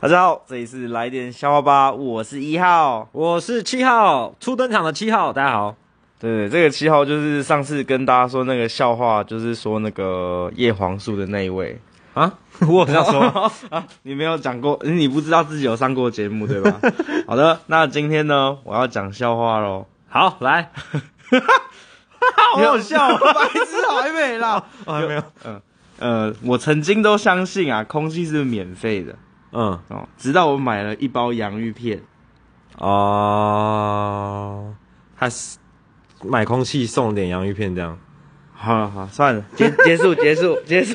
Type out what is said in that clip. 大家好，这里是来点笑话吧，我是一号。我是七号，初登场的七号，大家好。 对，这个七号就是上次跟大家说那个笑话，就是说那个叶黄素的那一位。啊，我有这样说， 啊，你没有讲过，你不知道自己有上过节目对 吧？好的，那今天呢，我要讲笑话喽。好来，好好 笑，白痴还没啦。哦还没有，呃，我曾经都相信啊，空气是免费的嗯，哦，直到我买了一包洋芋片。哦，还是买空气送点洋芋片这样。 好了好，算了，结结束结束结束。